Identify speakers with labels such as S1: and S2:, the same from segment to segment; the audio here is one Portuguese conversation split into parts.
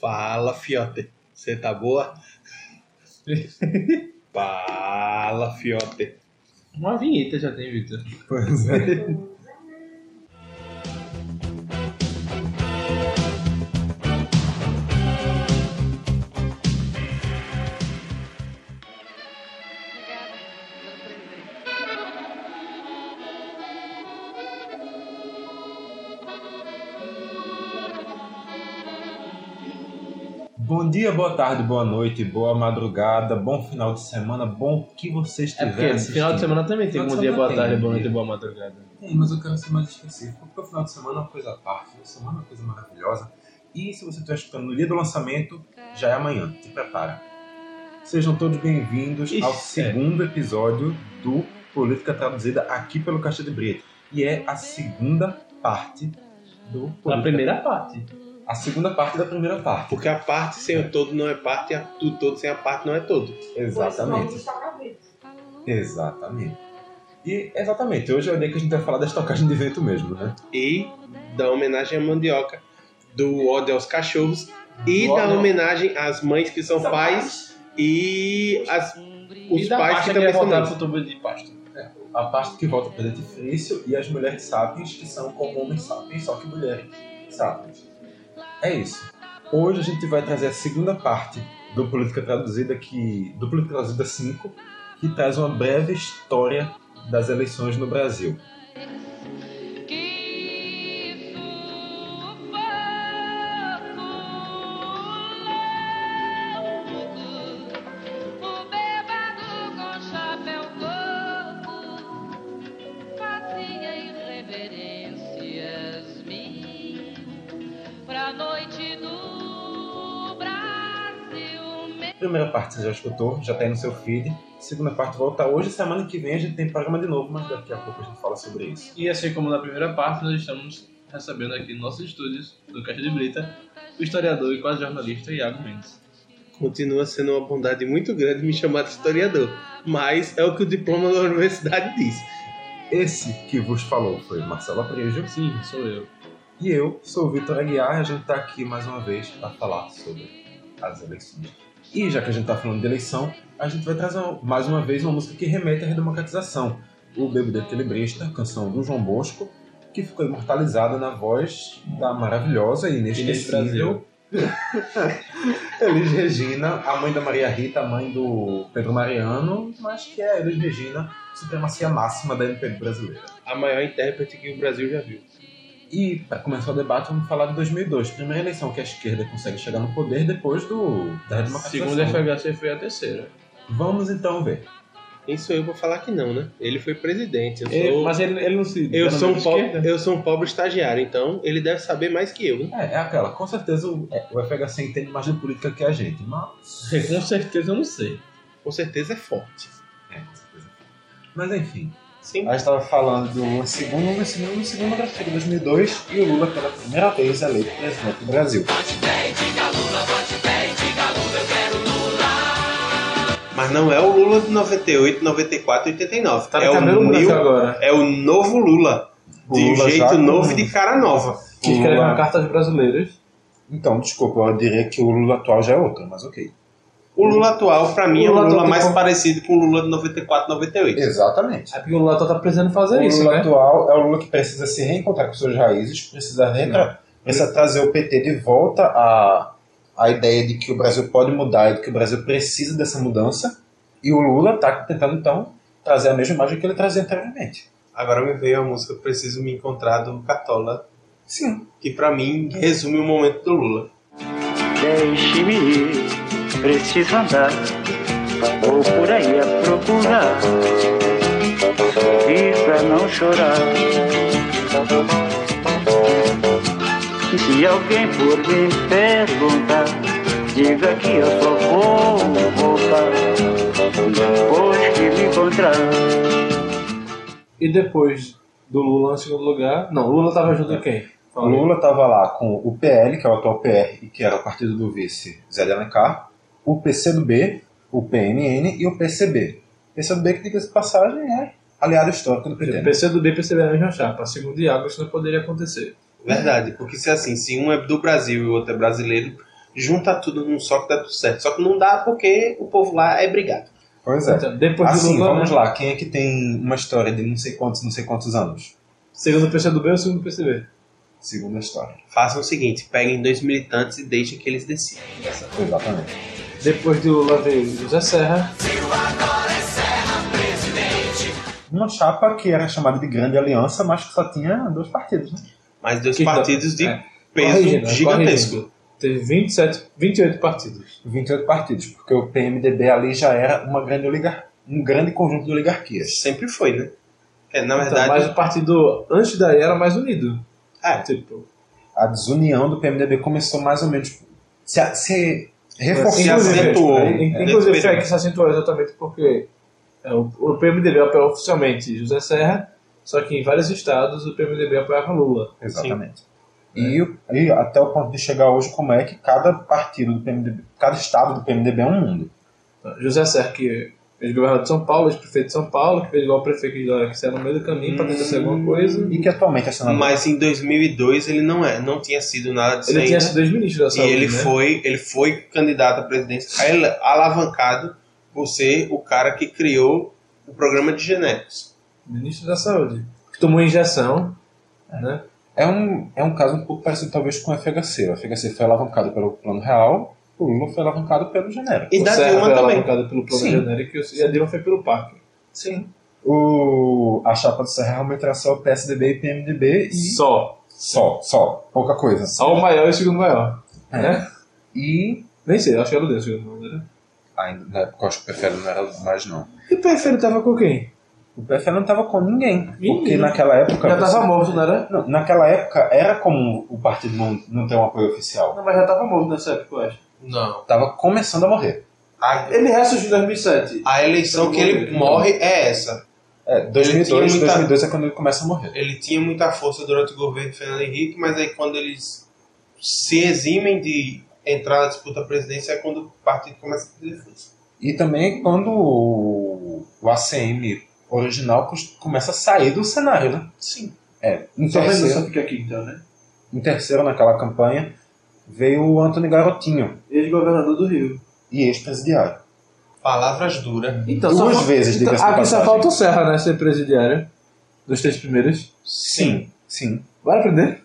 S1: Fala, fiote. Você tá boa? Fala, fiote.
S2: Uma vinheta já tem, Vitor.
S3: Pois é. Bom dia, boa tarde, boa noite, boa madrugada, bom final de semana, bom que você
S2: É
S3: estiver
S2: porque
S3: assistindo.
S2: final de semana também tem
S3: Final de
S2: bom dia,
S3: semana
S2: boa
S3: tem,
S2: tarde,
S3: né?
S2: boa noite, boa madrugada.
S3: Tem, mas eu quero ser mais específico, porque o final de semana é uma coisa à parte, final de semana é uma coisa maravilhosa. E se você estiver escutando no dia do lançamento, já é amanhã, te prepara. Sejam todos bem-vindos
S2: Ixi,
S3: ao
S2: é.
S3: segundo episódio do Política Traduzida aqui pelo Caixa de Brito. E é a segunda parte do Política.
S2: Na primeira parte.
S3: A segunda parte da primeira parte.
S1: Porque a parte sem o todo não é parte, e a- o todo sem a parte não é todo.
S3: Exatamente. Exatamente. E exatamente, hoje é o dia que a gente vai falar da estocagem de vento mesmo, né?
S1: E da homenagem à mandioca, do ódio aos cachorros e
S3: Do
S1: da
S3: ódio-
S1: homenagem às mães que são pais e as- os
S2: e da
S1: pais que
S2: pasta que é
S1: também são
S2: voltar
S1: mães.
S2: pro tubo de pasta.
S3: A parte que volta para dentifrício e as mulheres sapiens, que são como homens sapiens, só que mulheres sapiens. É isso. Hoje a gente vai trazer a segunda parte do Política Traduzida, que, do Política Traduzida 5, que traz uma breve história das eleições no Brasil.
S4: Que sufoco O bêbado com chapéu coco Fazia irreverências mil Pra noite do Brasil meu
S3: Primeira parte você já escutou, já tá aí no seu feed. Segunda parte volta hoje, semana que vem a gente tem programa de novo, mas daqui a pouco a gente fala sobre isso.
S2: E assim como na primeira parte, nós estamos recebendo aqui em nossos estúdios, do Caixa de Brita, o historiador e quase jornalista Iago Mendes.
S1: Continua sendo uma bondade muito grande me chamar de historiador. Mas é o que o diploma da universidade diz.
S3: Esse que vos falou foi Marcelo Aprejo.
S2: Sim, sou eu.
S3: E eu sou o Vitor Aguiar e a gente tá aqui mais uma vez para falar sobre as eleições. E já que a gente tá falando de eleição, a gente vai trazer mais uma vez uma música que remete à redemocratização. O Bebo Equilibrista, canção do João Bosco, que ficou imortalizada na voz da maravilhosa e inesquecível Elis Regina, a mãe da Maria Rita, a mãe do Pedro Mariano, mas que é a Elis Regina, supremacia máxima da MPB brasileira.
S1: A maior intérprete que o Brasil já viu.
S3: E para começar o debate, vamos falar de 2002. Primeira eleição que a esquerda consegue chegar no poder depois do da
S2: A
S1: é
S2: segunda
S3: democratização.
S2: FHC foi a terceira.
S3: Vamos então ver.
S1: Quem sou eu pra falar que não, né? Ele foi presidente. Eu
S3: É,
S1: sou,
S2: Ele- mas ele, ele não se.
S1: eu
S2: denomina
S1: sou um
S2: de
S1: pobre,
S2: esquerda?
S1: eu sou um pobre estagiário, então ele deve saber mais que eu. né?
S3: É, é aquela. Com certeza o, é, o FHC entende mais de política que a gente, mas
S2: Com certeza eu não sei.
S1: Com certeza é forte.
S3: é, com certeza. Mas enfim.
S1: Sim.
S3: A gente estava falando do segundo, do segundo, do segundo da de 2002 e o Lula pela primeira vez eleito presidente do Brasil.
S1: Mas não é o Lula de 98, 94, 89.
S3: Tá
S1: é,
S3: no cabelo
S1: o
S3: branco
S1: new-
S3: agora.
S1: é o novo Lula.
S3: O
S1: De
S3: Lula já
S1: jeito
S3: com-
S1: novo e de cara nova.
S3: Que escreve uma
S2: carta às brasileiras.
S3: Então, desculpa, eu diria que o Lula atual já é outro, mas ok.
S1: O Lula atual, pra mim,
S2: O
S1: é o
S2: Lula
S1: Lula
S2: atual-
S1: mais parecido com o Lula de 94, 98.
S3: Exatamente.
S2: É porque o Lula tá precisando fazer
S3: o Lula atual é o Lula que precisa se reencontrar com suas raízes, precisa, reentrar, precisa trazer o PT de volta à, à ideia de que o Brasil pode mudar e de que o Brasil precisa dessa mudança. E o Lula está tentando, então, trazer a mesma imagem que ele trazia anteriormente.
S1: Agora me veio a música Preciso Me Encontrar do Catola,
S3: Sim.
S1: que pra mim resume o momento do Lula.
S5: Deixe-me ir, preciso andar, vou por aí a procurar. Sorrir pra não chorar. Se alguém por me perguntar, diga que eu só vou voltar depois que me encontrar.
S2: E depois do Lula em segundo lugar. Tá. Não, Lula tava junto a quem?
S3: O Lula estava lá com o PL, que é o atual PR, e que era o partido do vice Zé de Alencar, o PCdoB, o PMN e o PCB. PCdoB, que, diga-se de passagem, é aliado histórico do PT. né?
S2: PC do B percebeu a mesma chapa. Segundo Iago, isso não poderia acontecer.
S1: Verdade, porque se assim, se um é do Brasil e o outro é brasileiro, junta tudo num só que dá tudo certo. Só que não dá porque o povo lá é brigado.
S6: Pois é.
S2: Então, depois
S6: Assim,
S2: do Lula,
S6: vamos
S2: né?
S6: lá. Quem é que tem uma história de não sei quantos, não sei quantos anos?
S2: Segundo o PCdoB ou segundo o PCB?
S6: Segunda história.
S1: Façam o seguinte, peguem dois militantes e deixem que eles decidam.
S6: Exatamente.
S2: Depois do Lula veio José Serra.
S6: Uma chapa que era chamada de Grande Aliança, mas que só tinha dois partidos, né?
S1: Mas dois
S2: Que dá-
S1: partidos de
S2: é.
S1: peso
S2: Corrigindo, né?
S1: gigantesco.
S2: Corrigindo. Teve 27, 28 partidos.
S6: 28 partidos, porque o PMDB ali já era uma grande oligar... um grande conjunto de oligarquias.
S1: Sempre foi, né? É, na
S2: Então,
S1: verdade,
S2: mas o partido antes daí era mais unido.
S1: É.
S2: Tipo,
S6: A desunião do PMDB começou mais ou menos. Se, se
S2: assim,
S1: Se
S6: reforçou.
S1: acentuou.
S6: né?
S1: É,
S2: inclusive
S1: desse
S2: foi aqui que se acentuou exatamente porque é, o, o PMDB apoia oficialmente José Serra, só que em vários estados o PMDB apoiava Lula.
S6: Exatamente.
S1: É.
S6: E, o- e até o ponto de chegar hoje, como é que cada partido do PMDB, cada estado do PMDB é um mundo.
S2: Então, José Serra, que fez governador de São Paulo, ex-prefeito de São Paulo, que fez igual o prefeito de que saiu no meio do caminho para tentar ser alguma coisa.
S6: E que atualmente é senador.
S1: mas em 2002 ele não é, não tinha sido nada disso
S2: Ele
S1: aí,
S2: tinha
S1: né?
S2: sido dois ministros da
S1: E
S2: saúde,
S1: ele
S2: né?
S1: foi, ele foi candidato à presidência ala- alavancado por ser o cara que criou o programa de genéricos.
S2: Ministro da saúde. Que tomou injeção, né?
S6: É um, é um caso um pouco parecido talvez com o FHC. O FHC foi alavancado pelo Plano Real, o Lula foi alavancado pelo genérico.
S1: E
S2: O
S1: da
S2: Serra
S1: Dilma
S2: foi
S1: também.
S2: alavancado pelo plano
S6: Sim.
S2: genérico e o- e a Dilma foi pelo PAC.
S1: Sim.
S6: O, a chapa do Serra realmente era só PSDB e PMDB e
S2: Só.
S6: só, só, pouca coisa.
S2: Só o maior e o segundo maior. Né?
S6: É. E
S2: Nem sei, acho que era o Deus, o segundo maior. né?
S6: ainda na época eu acho que o PFL não era mais não.
S2: E o PFL tava com quem?
S6: O PFL não tava com ninguém, porque
S2: Ninguém.
S6: naquela época
S2: Já
S6: você-
S2: tava morto, não era?
S6: Não, naquela época era comum o partido não, não ter um apoio oficial.
S2: Não, mas já tava morto nessa época, eu acho.
S1: Não.
S6: Tava começando a morrer.
S1: A,
S2: Ele ressurgiu em 2007.
S1: a eleição que ele morre é essa.
S6: É, 2002,
S1: Ele tinha muita-
S6: 2002 é quando ele começa a morrer.
S1: Ele tinha muita força durante o governo de Fernando Henrique, mas aí quando eles se eximem de entrar na disputa à presidência é quando o partido começa a perder força.
S6: E também é quando o, o ACM original cos- começa a sair do cenário, né?
S1: Sim.
S6: É, em
S2: Só vendo,
S6: terceiro,
S2: só fica aqui então, né?
S6: em terceiro naquela campanha veio o Antônio Garotinho
S2: Ex-governador do Rio.
S6: e ex-presidiário.
S1: Palavras duras.
S2: Então,
S6: Duas
S2: só...
S6: vezes,
S2: Então,
S6: diga-se de
S2: aqui só
S6: passagem.
S2: falta o Serra, né? Ser presidiário. Dos três primeiros.
S6: Sim, sim.
S2: Bora aprender?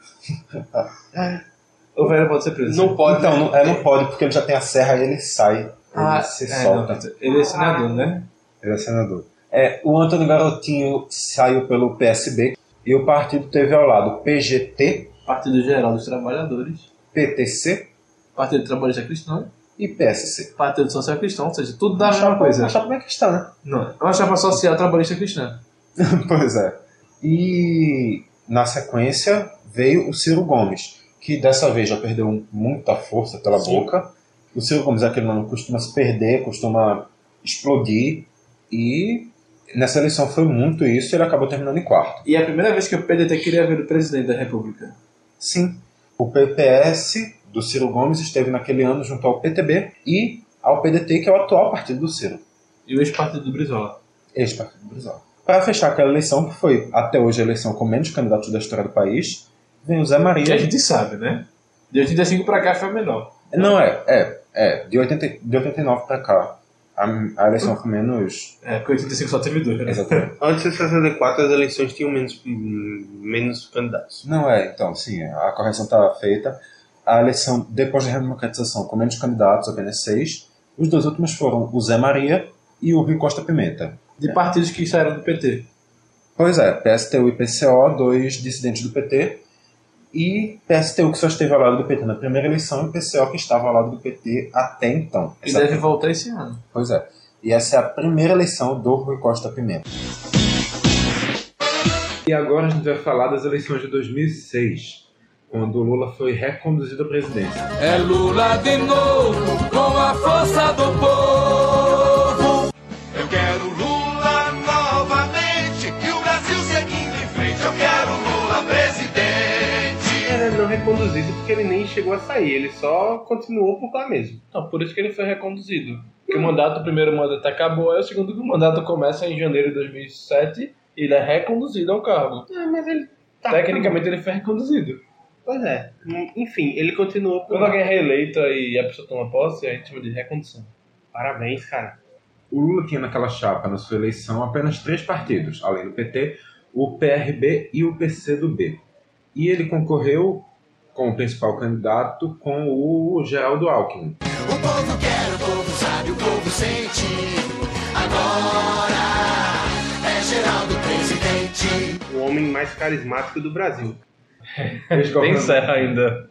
S2: o velho pode né? ser preso.
S1: Não pode. né?
S6: então, não, é, não pode, porque ele já tem a serra e ele sai. Ele se
S2: é,
S6: solta.
S2: não, ele é senador, né?
S6: Ele é senador. É, o Antônio Garotinho saiu pelo PSB e o partido teve ao lado PGT,
S2: Partido Geral dos Trabalhadores,
S6: PTC
S2: Partido Trabalhista Cristão,
S6: e PSC.
S2: Partido Social Cristão, ou seja, tudo dá a mesma coisa.
S6: Achava bem cristã, né?
S2: Não, é uma chapa social trabalhista cristã.
S6: pois é. E na sequência veio o Ciro Gomes, que dessa vez já perdeu muita força pela
S1: Sim.
S6: boca. O Ciro Gomes é aquele nome que costuma se perder, costuma explodir. E nessa eleição foi muito isso e ele acabou terminando em quarto.
S2: E é a primeira vez que o PDT queria ver o presidente da República.
S6: Sim. O PPS do Ciro Gomes esteve naquele ano junto ao PTB e ao PDT, que é o atual partido do Ciro,
S2: E o ex-partido do Brizola.
S6: ex-partido do Brizola. Para fechar aquela eleição, que foi até hoje a eleição com menos candidatos da história do país, vem o Zé
S2: E a
S6: Maria.
S2: gente sabe, né? De 85 pra cá foi o menor.
S6: Não, é, é, é, de, 80, de 89 para cá. A, a eleição foi menos.
S2: É, porque 85 só teve dois, né?
S6: Exatamente.
S1: Antes de 64 as eleições tinham menos, menos candidatos.
S6: Não é, então, sim, a correção está feita. A eleição, depois da redemocratização, com menos candidatos, apenas seis. Os dois últimos foram o Zé Maria e o Rui Costa Pimenta.
S2: De partidos que saíram do PT.
S6: Pois é, PSTU e PCO, dois dissidentes do PT, e PSTU que só esteve ao lado do PT na primeira eleição e PCO que estava ao lado do PT até então.
S2: Que
S6: Essa-
S2: deve voltar esse ano.
S6: Pois é. E essa é a primeira eleição do Rui Costa Pimenta.
S3: E agora a gente vai falar das eleições de 2006, quando o Lula foi reconduzido à presidência.
S7: É Lula de novo, com a força do povo. Eu quero Lula novamente, que o Brasil seguindo em frente. Eu quero Lula presidente.
S1: Ele é não reconduzido porque ele nem chegou a sair, ele só continuou por lá mesmo.
S2: Não, Então, por isso que ele foi reconduzido. Porque o mandato, o primeiro mandato acabou, aí o segundo mandato começa em janeiro de 2007 e ele é reconduzido ao cargo.
S1: Ah, mas ele.
S2: Tecnicamente ele foi reconduzido.
S1: Pois é. Hum, Enfim, ele continuou por
S8: Quando
S1: lá.
S8: alguém é reeleito e a pessoa toma posse, a gente chama de recondução.
S1: Parabéns, cara.
S3: O Lula tinha naquela chapa, na sua eleição, apenas três partidos, além do PT, o PRB e o PCdoB. E ele concorreu como principal candidato com o Geraldo Alckmin.
S5: O povo quer, o povo sabe, o povo sente. Agora é Geraldo presidente.
S1: O homem mais carismático do Brasil.
S8: Tem serra ainda.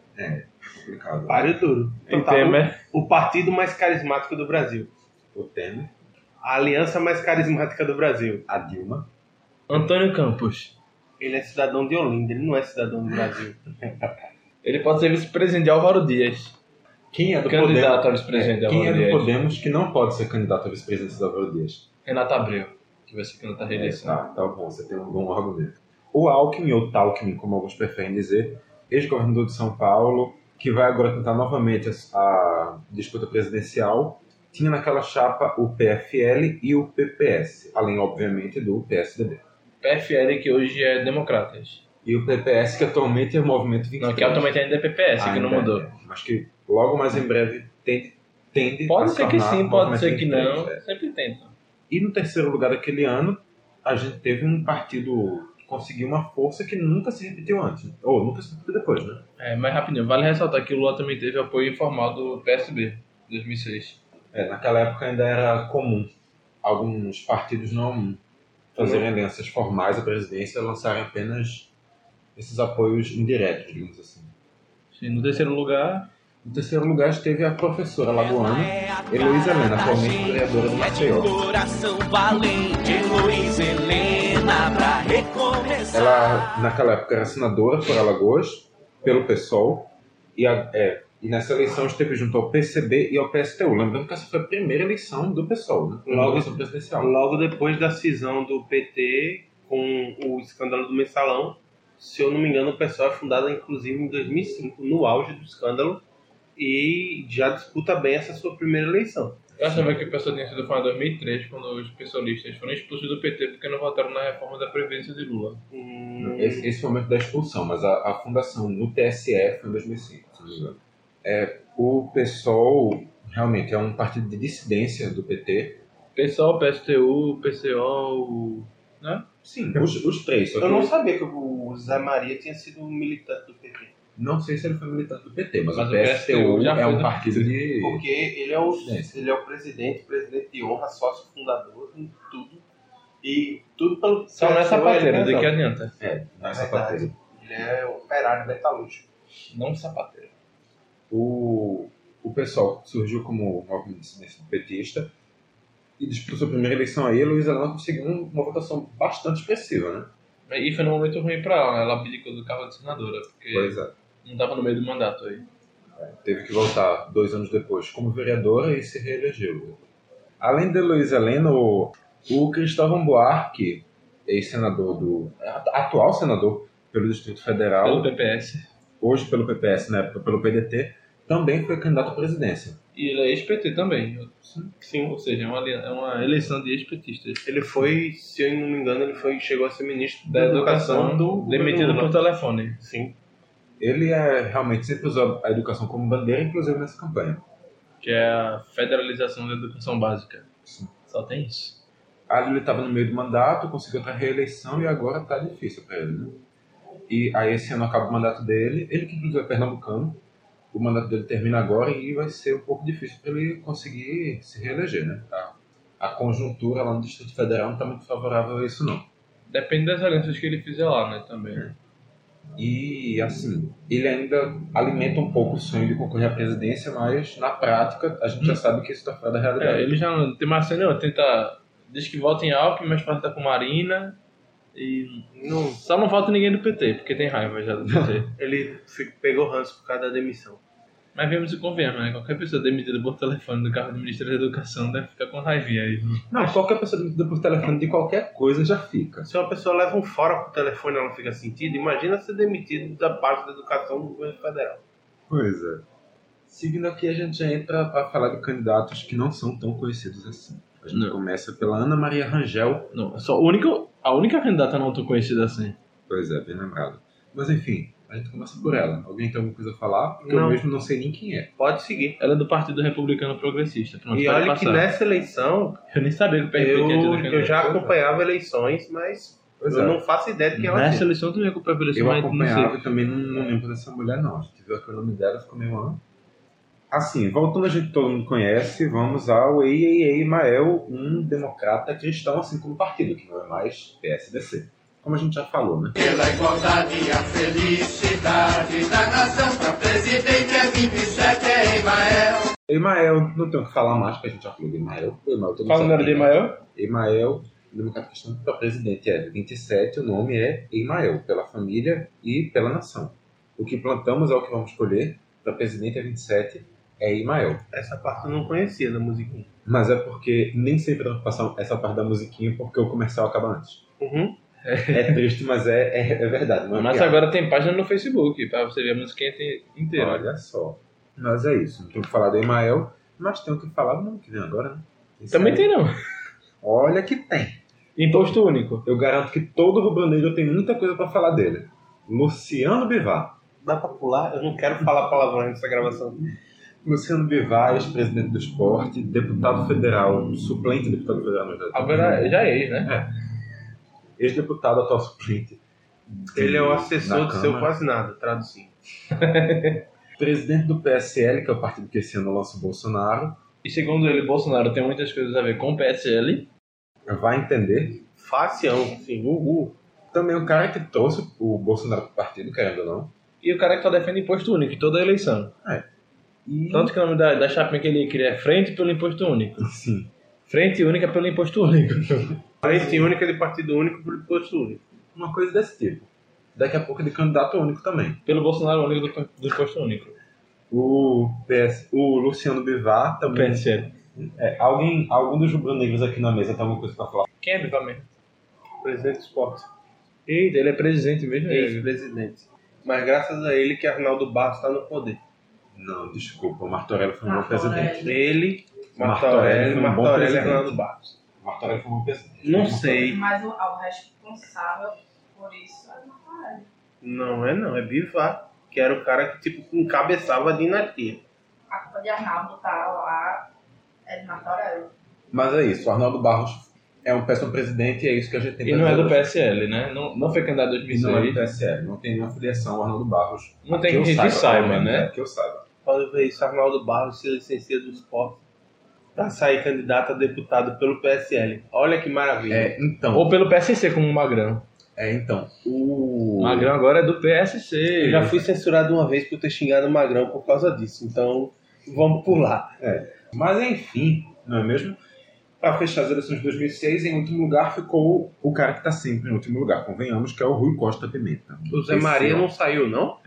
S3: Complicado.
S1: Páreo duro.
S8: Tem
S1: Então, tá
S8: Temer.
S1: o, o partido mais carismático do Brasil.
S3: O Temer,
S1: A aliança mais carismática do Brasil.
S3: a Dilma.
S8: Antônio Campos.
S1: Ele é cidadão de Olinda, ele não é cidadão do Brasil.
S8: Ele pode ser vice-presidente de Álvaro Dias.
S3: Quem é do
S8: Candidato a
S3: Podemos?
S8: vice-presidente de
S3: Quem
S8: Álvaro
S3: é do
S8: Dias.
S3: Podemos que não pode ser candidato a vice-presidente da Álvaro Dias?
S8: Renato Abreu, que vai ser candidato à
S2: É
S8: reeleição.
S3: tá, tá bom, você tem um bom argumento. O Alckmin, ou Talkmin, como alguns preferem dizer, ex-governador de São Paulo, que vai agora tentar novamente a, a disputa presidencial, tinha naquela chapa o PFL e o PPS, além, obviamente, do PSDB.
S8: PFL, que hoje é Democratas.
S3: E o PPS, que atualmente é o Movimento 23.
S8: Não, que atualmente ainda é PPS, que
S3: Ainda
S8: não mudou.
S3: é, Mas que logo mais em breve tende, tende a
S8: Pode
S3: se
S8: ser que
S3: tornar um
S8: sim, pode
S3: Movimento
S8: ser que
S3: 23,
S8: não.
S3: é.
S8: Sempre então. tenta.
S3: E no terceiro lugar daquele ano, a gente teve um partido que conseguiu uma força que nunca se repetiu antes. Ou nunca se repetiu depois, né?
S8: É, mas rapidinho, vale ressaltar que o Lula também teve apoio informal do PSB, em 2006.
S3: É, naquela época ainda era comum alguns partidos não fazerem alianças formais à presidência lançarem apenas esses apoios indiretos, digamos assim.
S8: Sim, no terceiro lugar,
S3: No terceiro lugar esteve a professora lagoana Heloísa Helena, atualmente vereadora do
S5: tipo
S3: Maceió.
S5: coração valente, Luiz Helena, pra recomeçar.
S3: Ela, naquela época, era senadora por Alagoas, pelo PSOL, e, a- é, e nessa eleição esteve junto ao PCB e ao PSTU. Lembrando que essa foi a primeira eleição do PSOL, né? Uma
S1: Logo-
S3: eleição presidencial.
S1: Logo depois da cisão do PT com o escândalo do mensalão, se eu não me engano, o pessoal é fundado inclusive em 2005, no auge do escândalo, e já disputa bem essa sua primeira eleição.
S8: eu achava que o pessoal tinha sido formado em 2003, quando os pessoalistas foram expulsos do PT porque não votaram na reforma da Previdência de Lula.
S1: Hum,
S3: Esse, esse foi o momento da expulsão, mas a, a fundação no TSE foi em 2005, se não me engano. É, o PSOL realmente é um partido de dissidência do PT.
S8: PSOL, PSTU, PCO, o- né?
S3: Sim, os, os três. Só que
S1: eu não sabia que o Zé Maria tinha sido um militante do PT,
S3: não sei se ele foi militante do PT, mas,
S8: Mas
S3: o
S8: o
S3: PSTU
S8: já
S3: é
S8: foi
S3: um
S8: do
S3: partido de...
S1: porque ele é o,
S3: Sim.
S1: ele é o presidente, presidente de honra, sócio fundador, tudo, e tudo pelo...
S8: Só nessa
S1: PSOL,
S8: parteira,
S1: ele
S8: de que
S1: é
S8: adianta?
S3: É, não é
S1: Verdade.
S3: sapateiro.
S1: Ele é operário metalúrgico.
S8: Não sapateira.
S3: o, o pessoal surgiu como um movimento de dissidência petista e disputou sua primeira eleição aí, a Luísa Helena conseguiu um- uma votação bastante expressiva, né?
S8: E foi num momento ruim pra ela, né? Ela abdicou do cargo de senadora, porque
S3: é.
S8: não tava no meio do mandato aí.
S3: Teve que voltar dois anos depois como vereadora e se reelegeu. Além de Luísa Helena, o, o Cristóvão Buarque, ex-senador do... at- atual senador pelo Distrito Federal,
S8: Pelo PPS.
S3: hoje pelo PPS, na época né, pelo PDT, também foi candidato à presidência.
S8: E ele é ex-PT também.
S1: Sim,
S8: Ou seja, é uma, ali- é uma eleição de ex-petistas.
S1: Ele foi, se eu não me engano, ele foi, chegou a ser ministro
S8: Da educação,
S1: do
S8: demitido né?
S1: governo
S8: por
S1: Lula.
S8: telefone.
S1: Sim.
S3: Ele é, realmente sempre usou a educação como bandeira, inclusive nessa campanha.
S8: que é a federalização da educação básica.
S3: Sim.
S8: Só tem isso.
S3: Ali ele estava no meio do mandato, conseguiu outra reeleição e agora tá difícil para ele, né? E aí esse ano acaba o mandato dele, ele que inclusive é pernambucano, o mandato dele termina agora e vai ser um pouco difícil para ele conseguir se reeleger, né?
S8: Tá.
S3: A, a conjuntura lá no Distrito Federal não está muito favorável a isso, não.
S8: Depende das alianças que ele fizer lá, né, também.
S1: É.
S3: E assim, ele ainda alimenta um pouco o sonho de concorrer à presidência, mas na prática a gente já sabe que isso está fora da realidade.
S8: É, ele já não tem mais não, tenta... Diz que vota em Alckmin, mas vota com Marina. E
S1: Não,
S8: só não vota ninguém do PT, porque tem raiva já do PT.
S1: ele fi- pegou ranço por causa da demissão.
S8: mas vemos e convenhamos, né? Qualquer pessoa demitida por telefone do carro do Ministério da Educação deve ficar com raivinha aí. né?
S3: Não, qualquer pessoa demitida por telefone de qualquer coisa já fica.
S1: Se uma pessoa leva um fora pro telefone e ela não fica sentida, imagina ser demitido da parte da educação do governo federal.
S3: Pois é. Seguindo aqui, a gente já entra para falar de candidatos que não são tão conhecidos assim. A gente
S8: Não.
S3: começa pela Ana Maria Rangel.
S8: Não, só a única, a única candidata não tão conhecida assim.
S3: Pois é, bem lembrado. Mas enfim, A gente começa por ela. Alguém tem alguma coisa a falar? Porque eu
S1: Não.
S3: mesmo não sei nem quem é.
S1: Pode seguir.
S8: Ela é do Partido Republicano Progressista. Pronto,
S1: E
S8: pode
S1: olha que
S8: passar.
S1: nessa eleição,
S8: Eu nem sabia que o PRP
S1: eu,
S8: tinha tido
S1: eu já
S8: candidato.
S1: acompanhava eleições, mas
S3: Pois
S1: eu
S3: é.
S1: não faço ideia de quem ela
S8: Nessa
S1: é.
S8: eleição eu também acompanhava a eleição,
S3: Eu
S8: mas não sei.
S3: acompanhava e também não, não lembro dessa mulher, não. A gente viu aqui o nome dela ficou meio "Hã?" Assim, voltando a gente que todo mundo conhece, vamos ao AAA Mael, um democrata cristão, assim como partido, que não é mais PSDC. Como a gente já falou, né?
S5: Pela igualdade e a felicidade da nação pra presidente é 27 é Emael.
S3: Emael, não tenho o que falar mais, porque a gente já falou de Emael. Emael todo mundo
S8: Fala o
S3: sabe
S8: número de
S3: quem é.
S8: Emael?
S3: Emael, democrata cristão, para presidente é 27, o nome é Emael, pela família e pela nação. O que plantamos é o que vamos colher, para presidente é 27, é Emael.
S1: Essa parte eu não conhecia da musiquinha.
S3: Mas é porque nem sempre dá pra passar essa parte da musiquinha, porque o comercial acaba antes.
S1: Uhum.
S3: É triste, mas é, é, é verdade. não é
S8: Mas
S3: piada.
S8: agora é tem página no Facebook, pra você ver a música inteira.
S3: Olha só. Mas é isso, não tenho o que falar do Emael, mas tenho o que falar do nome que vem agora, né? Isso
S8: também
S3: aí.
S8: tem não.
S3: Olha que tem.
S8: Imposto único.
S3: Eu garanto que todo rubro-negro tem muita coisa pra falar dele. Luciano Bivar.
S1: Dá pra pular? Eu não quero falar palavrão nessa gravação.
S3: Luciano Bivar, ex-presidente do esporte, deputado federal, suplente deputado federal. na verdade.
S8: Agora já é, né?
S3: Ex-deputado, atual suplente.
S1: Ele é o
S3: Na
S1: assessor do seu
S3: Câmara.
S1: quase nada, traduzindo.
S3: Presidente do PSL, que é o partido que esse ano lança o Bolsonaro,
S8: E segundo ele, Bolsonaro tem muitas coisas a ver com o PSL.
S3: vai entender.
S1: Facião, sim. Uhul.
S3: Também o cara que trouxe o Bolsonaro pro partido, querendo ou não.
S8: E o cara que só defende imposto único em toda a eleição.
S3: E...
S8: Tanto que o nome da, da chapinha que ele cria é Frente pelo Imposto Único.
S3: Sim.
S8: Frente Única pelo Imposto Único.
S1: Frente única de partido único por imposto único.
S3: Uma coisa desse tipo. Daqui a pouco ele é candidato único também.
S8: pelo Bolsonaro Único do, do Imposto Único.
S3: O, PS, o Luciano Bivar
S8: O
S3: também.
S8: PSL.
S3: É, alguém, algum dos rubro-negros aqui na mesa tem alguma coisa pra falar?
S8: Quem é Bivar mesmo?
S1: Presidente do esporte.
S8: Eita, ele é presidente mesmo. ele.
S1: Ex-presidente. Mas graças a ele que Arnaldo Barros está no poder.
S3: Não, desculpa. O Martorelli foi um bom presidente.
S1: Ele,
S3: Martorelli,
S1: Martorelli,
S3: um bom
S1: Martorelli e
S3: presidente.
S1: Arnaldo Barros.
S3: O Martorelli foi um bom presidente.
S1: Não
S3: Foi um
S1: sei.
S9: Mas o, o responsável por isso é o Rafael.
S1: Não é não, é Bivar, que era o cara que tipo encabeçava a dinastia.
S9: A culpa de Arnaldo tá lá, é de Matorel.
S3: Mas é isso. O Arnaldo Barros é um péssimo presidente e é isso que a gente tem
S8: E
S3: pra
S8: não é
S3: dizer
S8: do
S3: hoje.
S8: PSL, né? Não, não foi candidato em
S3: E Não é do
S8: 2006.
S3: PSL. Não tem nenhuma filiação ao Arnaldo Barros.
S8: Não tem
S3: eu
S8: que a gente
S3: pelo
S8: saiba,
S3: menos,
S8: né?
S3: Que eu saiba.
S1: Quando ver isso, Arnaldo Barros se licencia do esporte para sair candidato a deputado pelo PSL. Olha que maravilha.
S3: É, então.
S8: Ou pelo PSC, como o Magrão.
S3: É, então. O.
S8: O Magrão agora é do PSC.
S1: Eu já fui censurado uma vez por ter xingado o Magrão por causa disso, então vamos pular.
S3: Mas enfim, não é mesmo? Para fechar as eleições de 2006, em último lugar ficou o cara que está sempre em último lugar, convenhamos, que é o Rui Costa Pimenta.
S1: O Zé Maria não saiu, não?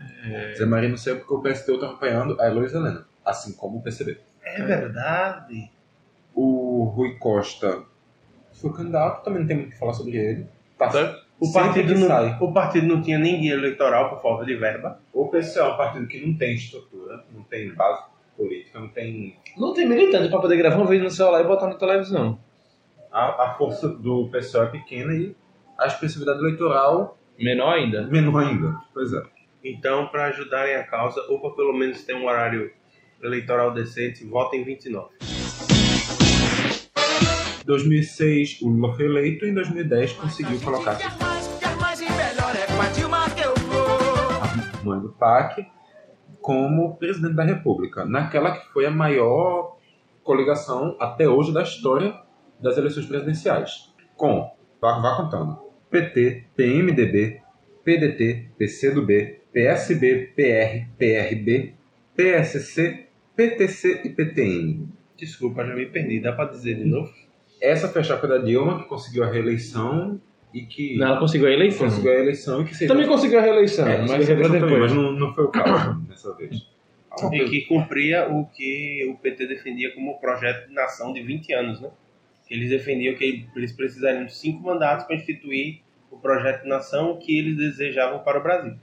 S3: Zé Maria não saiu porque o PSTU está tá acompanhando a Heloísa Helena, assim como o PCB.
S1: É verdade.
S3: O Rui Costa foi candidato, também não tem muito o que falar sobre ele. Tá
S1: Tá. O
S3: sempre
S1: partido,
S3: que
S1: não,
S3: sai.
S1: o partido não tinha nem dinheiro eleitoral por falta de verba.
S3: O PCO é um partido que não tem estrutura, não tem base política, não tem.
S8: Não tem militante pra poder gravar um vídeo no celular e botar na televisão.
S3: A, a força do PCO é pequena e a expressividade eleitoral é
S8: Menor ainda.
S3: menor ainda. Pois é.
S1: Então, para ajudarem a causa, ou para pelo menos ter um horário eleitoral decente, votem 29.
S3: 2006 o Lula foi eleito e em 2010 conseguiu colocar
S5: Quer mais, quer mais e melhor é com a Dilma que eu vou.
S3: a mãe do PAC como presidente da República, naquela que foi a maior coligação até hoje da história das eleições presidenciais, com, vá, vá contando, PT, PMDB, PDT, PCdoB, PSB, PR, PRB, PSC, PTC e PTN.
S1: Desculpa, já me perdi. Dá para dizer de novo?
S3: Essa foi a chapa da Dilma que conseguiu a reeleição e que
S8: Não, ela conseguiu a eleição.
S3: conseguiu a eleição e que seria
S8: Também conseguiu a reeleição,
S3: É,
S8: mas é pra
S3: eleição também, mas
S8: depois.
S3: não, não foi o caso dessa vez.
S1: E que cumpria o que o PT defendia como projeto de nação de 20 anos, né? Eles defendiam que eles precisariam de cinco mandatos para instituir o projeto de nação que eles desejavam para o Brasil.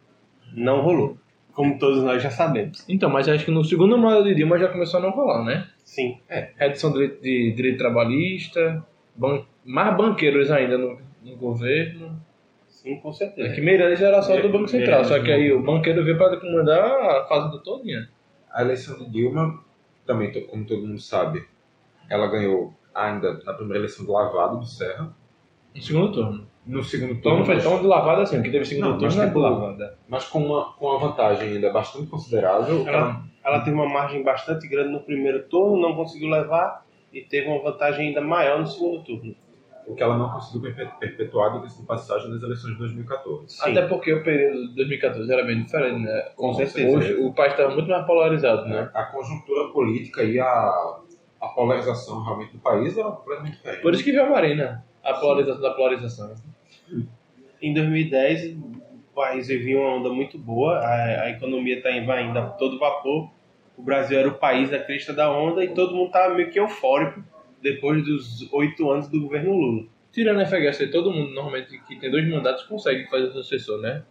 S1: Não rolou, como todos nós já sabemos.
S8: Então, mas acho que no segundo mandato de Dilma já começou a não rolar, né?
S1: Sim,
S8: Redução de, de direito trabalhista, ban- mais banqueiros ainda no, no governo.
S1: Sim, com certeza.
S8: É que Meirelles era só do
S1: Meirelles
S8: Banco Central, só que
S1: não.
S8: aí o banqueiro veio pra comandar a fazenda todinha.
S3: A eleição de Dilma, também, to- como todo mundo sabe, ela ganhou ainda na primeira eleição do Lavado do Serra.
S8: No segundo turno.
S3: No segundo
S8: Então
S3: turno,
S8: não foi
S3: mas-
S8: tão de lavada assim, o que teve segundo
S3: Não, mas
S8: turno não é de
S3: tipo,
S8: lavada.
S3: mas com uma, com uma vantagem ainda bastante considerável.
S8: Então,
S1: Ela, ela teve uma margem bastante grande no primeiro turno, não conseguiu levar e teve uma vantagem ainda maior no segundo turno.
S3: o que ela não conseguiu perpe- perpetuar diga-se de passagem nas eleições de 2014.
S1: Sim.
S8: Até porque o período de 2014 era bem diferente, né?
S1: Com certeza.
S8: Hoje o país estava muito mais polarizado, né?
S3: né? A conjuntura política e a, a polarização realmente do país era completamente diferente.
S8: Por isso que veio a Marina, a polarização da polarização.
S1: Em 2010, o país vivia uma onda muito boa, a, a economia tá indo ainda a todo vapor. O Brasil era o país da crista da onda e todo mundo estava meio que eufórico depois dos oito anos do governo Lula.
S8: Tirando a FHC, todo mundo normalmente que tem dois mandatos consegue fazer sucessor, né?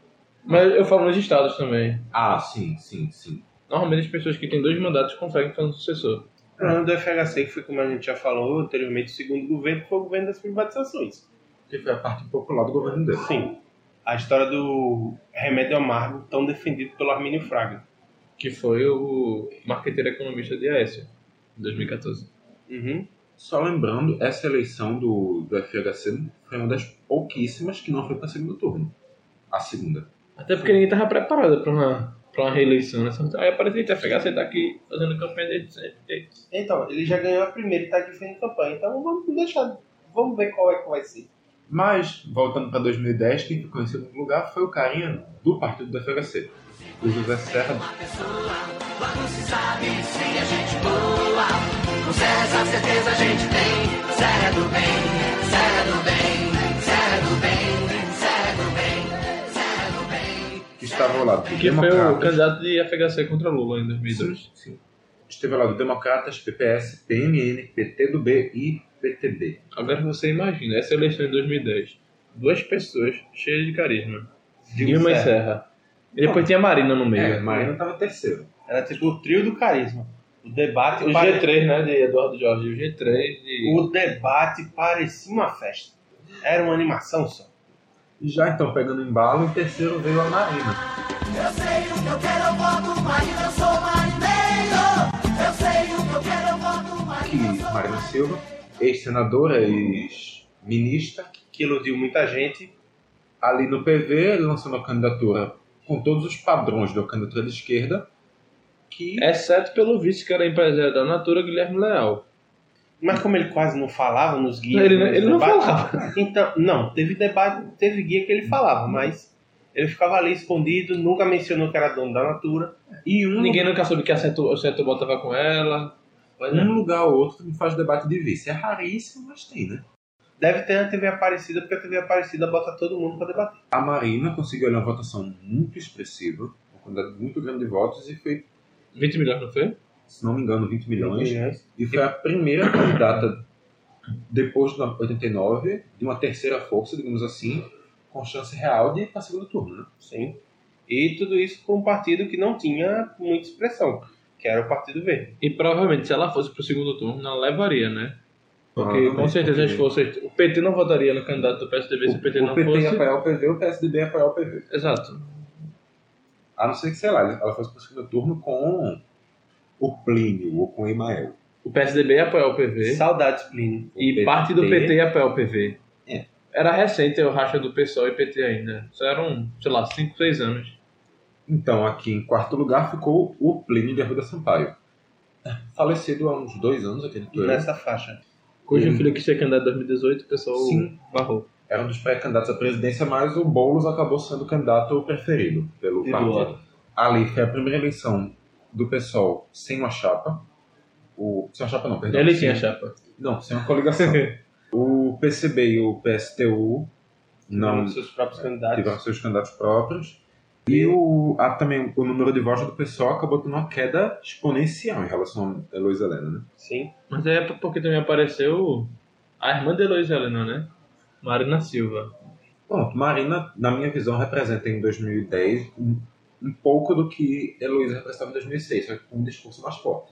S8: Mas eu falo nos estados também.
S3: Ah, sim, sim, sim.
S8: Normalmente as pessoas que têm dois mandatos conseguem fazer um sucessor.
S1: O problema do FHC, que foi como a gente já falou anteriormente, o segundo governo foi o governo das privatizações.
S3: Que foi a parte popular do governo dele.
S1: Sim. A história do remédio amargo, tão defendido pelo Armínio Fraga.
S8: Que foi o marqueteiro economista de Aécio, em 2014.
S1: Uhum.
S3: Só lembrando, essa eleição do, do FHC foi uma das pouquíssimas que não foi para segundo turno. A segunda.
S8: Até porque ninguém tava preparado pra uma, pra uma reeleição, né? Aí apareceu que a FHC tá aqui fazendo campanha desde sempre.
S1: Então, ele já ganhou a primeira e tá aqui fazendo campanha. Então vamos deixar. Vamos ver qual é que vai ser.
S3: Mas, voltando para 2010, quem ficou em segundo lugar foi o carinha do partido do FHC, o José Serra que estava ao lado do
S8: Que foi o
S3: Democratas,
S8: candidato de FHC contra Lula em 2002.
S3: Sim, sim. Esteve ao lado de Democratas, PPS, PMN, PTdoB e PTB.
S8: Agora você imagina, essa eleição em 2010, duas pessoas cheias de carisma. Dilma e Serra. E depois tinha Marina no meio.
S3: É, Marina estava terceiro.
S1: Era tipo o trio do carisma. O debate,
S8: O
S1: pare-
S8: G3, né, de Eduardo Jorge. O G3 de...
S1: o debate parecia uma festa. Era uma animação só.
S3: E já então, pegando embalo, em terceiro veio a Marina. que Marina Silva, ex-senadora, ex-ministra,
S1: Que iludiu muita gente.
S3: ali no PV ele lançou uma candidatura com todos os padrões da candidatura de esquerda, que
S8: Exceto pelo vice que era empresário da Natura, Guilherme Leal.
S1: Mas como ele quase não falava nos guias.
S8: Ele não-
S1: nos
S8: ele não
S1: debates,
S8: falava.
S1: Então, não, teve debate, teve guia que ele falava, mas ele ficava ali escondido, nunca mencionou que era dono da Natura.
S3: e um,
S8: Ninguém nunca soube que a Seto, o Seto botava com ela. É.
S3: um lugar ou outro também faz debate de vice. É raríssimo, mas tem, né?
S1: Deve ter a TV Aparecida, porque a TV Aparecida bota todo mundo pra debater.
S3: A Marina conseguiu uma votação muito expressiva, uma quantidade muito grande de votos, e foi,
S8: 20 milhões, não foi?
S3: se não me engano, 20 milhões.
S1: Milhões.
S3: E foi a primeira candidata, depois de 89, de uma terceira força, digamos assim, com chance real de ir para segundo turno, né?
S1: Sim. E tudo isso com um partido que não tinha muita expressão, que era o Partido Verde.
S8: E provavelmente, se ela fosse pro segundo turno, não levaria, né? Porque
S3: Provavelmente,
S8: com certeza as
S3: porque
S8: forças... O PT não votaria no candidato do PSDB se o PT
S3: o
S8: não
S3: PT ia
S8: fosse...
S3: apoiar o PV, o PSDB ia apoiar o PV.
S8: Exato.
S3: A não ser que, sei lá, ela fosse para o segundo turno com o Plínio ou com o Emael.
S8: O PSDB ia apoiar o PV.
S1: Saudades, Plínio.
S3: O
S8: E
S3: PT
S8: parte do PT ia apoiar o PV.
S3: É.
S8: Era recente o racha do PSOL e PT ainda. Isso eram, sei lá, 5, 6 anos.
S3: Então, aqui em quarto lugar ficou o Plínio de Arruda Sampaio. É, Falecido há uns dois anos, aquele que eu.
S1: Nessa faixa.
S8: Cujo
S3: né? Hum.
S8: filho que ser candidato em 2018, o pessoal
S3: Sim.
S8: barrou.
S3: Era um dos pré-candidatos à presidência, mas o Boulos acabou sendo o candidato preferido pelo
S1: E
S3: partido.
S1: Lula.
S3: Ali foi a primeira eleição do PSOL sem uma chapa. O... Sem uma chapa não, perdão.
S8: Ele
S3: Sem-
S8: tinha chapa.
S3: Não, sem uma coligação. o PCB e o PSTU não
S1: Com seus próprios candidatos.
S3: tiveram seus candidatos próprios. E o, há também o número de votos do PSOL acabou tendo uma queda exponencial em relação a Heloísa Helena, né?
S1: Sim.
S8: Mas é porque também apareceu a irmã de Heloísa Helena, né? Marina Silva.
S3: Bom, Marina, na minha visão, representa em 2010 um, um pouco do que Heloísa representava em 2006, só que com um discurso mais forte.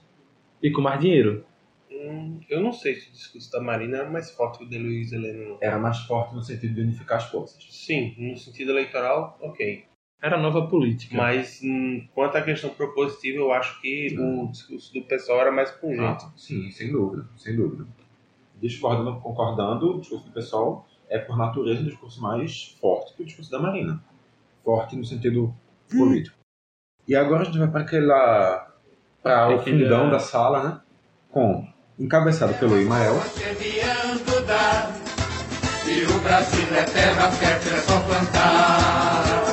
S8: E com mais dinheiro.
S1: Hum, eu não sei se o discurso da Marina é mais forte que o de Luiz Helena. não.
S3: Era mais forte no sentido de unificar as forças.
S1: Sim, no sentido eleitoral, ok.
S8: Era a nova política.
S1: Mas hum, quanto à questão propositiva, eu acho que o discurso do pessoal era mais pungente.
S3: Ah, sim, sem dúvida, sem dúvida. Discordando, concordando, o discurso do pessoal é por natureza um discurso mais forte que o discurso da Marina. Forte no sentido político. E agora a gente vai para aquela. para o
S8: Aquele,
S3: fundão
S8: é.
S3: da sala, né? Com. Encabeçado pelo Imael.
S5: semeando dá. E o Brasil é terra fértil, é só plantar.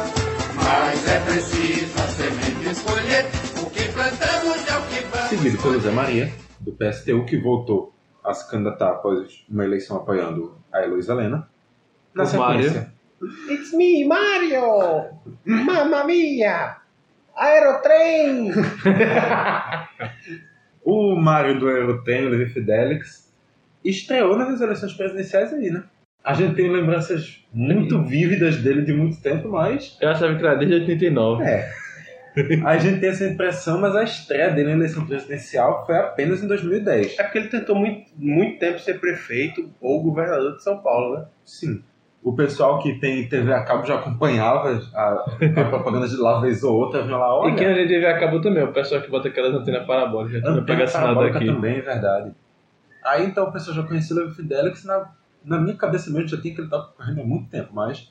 S5: Mas é preciso a semente escolher. O que plantamos é o que vamos.
S3: seguido pelo Zé Maria, do PSTU, que voltou a se candidatar após uma eleição apoiando a Heloísa Helena. Na
S8: O
S3: sequência,
S1: It's me, Mario! Mamma mia! Aerotrem!
S3: o Mário do Aerotênio, Levi Fidelix, estreou nas eleições presidenciais aí, né? A gente tem lembranças muito vívidas dele de muito tempo, mas
S8: Eu achava que era desde 89.
S3: a gente tem essa impressão, mas a estreia dele na eleição presidencial foi apenas em 2010.
S1: É porque ele tentou muito, muito tempo ser prefeito ou governador de São Paulo, né?
S3: Sim. O pessoal que tem TV a cabo já acompanhava a, a propaganda de lá vez ou outra, viu lá, olha...
S8: E quem a gente vê acabou também, o pessoal que bota aquelas antenas parabólicas. Eu pego
S3: Antena
S8: assinado
S3: parabólica
S8: aqui.
S3: também, é verdade. Aí então o pessoal já conhecia o Levi Fidelix, na, na minha cabeça mesmo já tinha que ele estava correndo há muito tempo, mas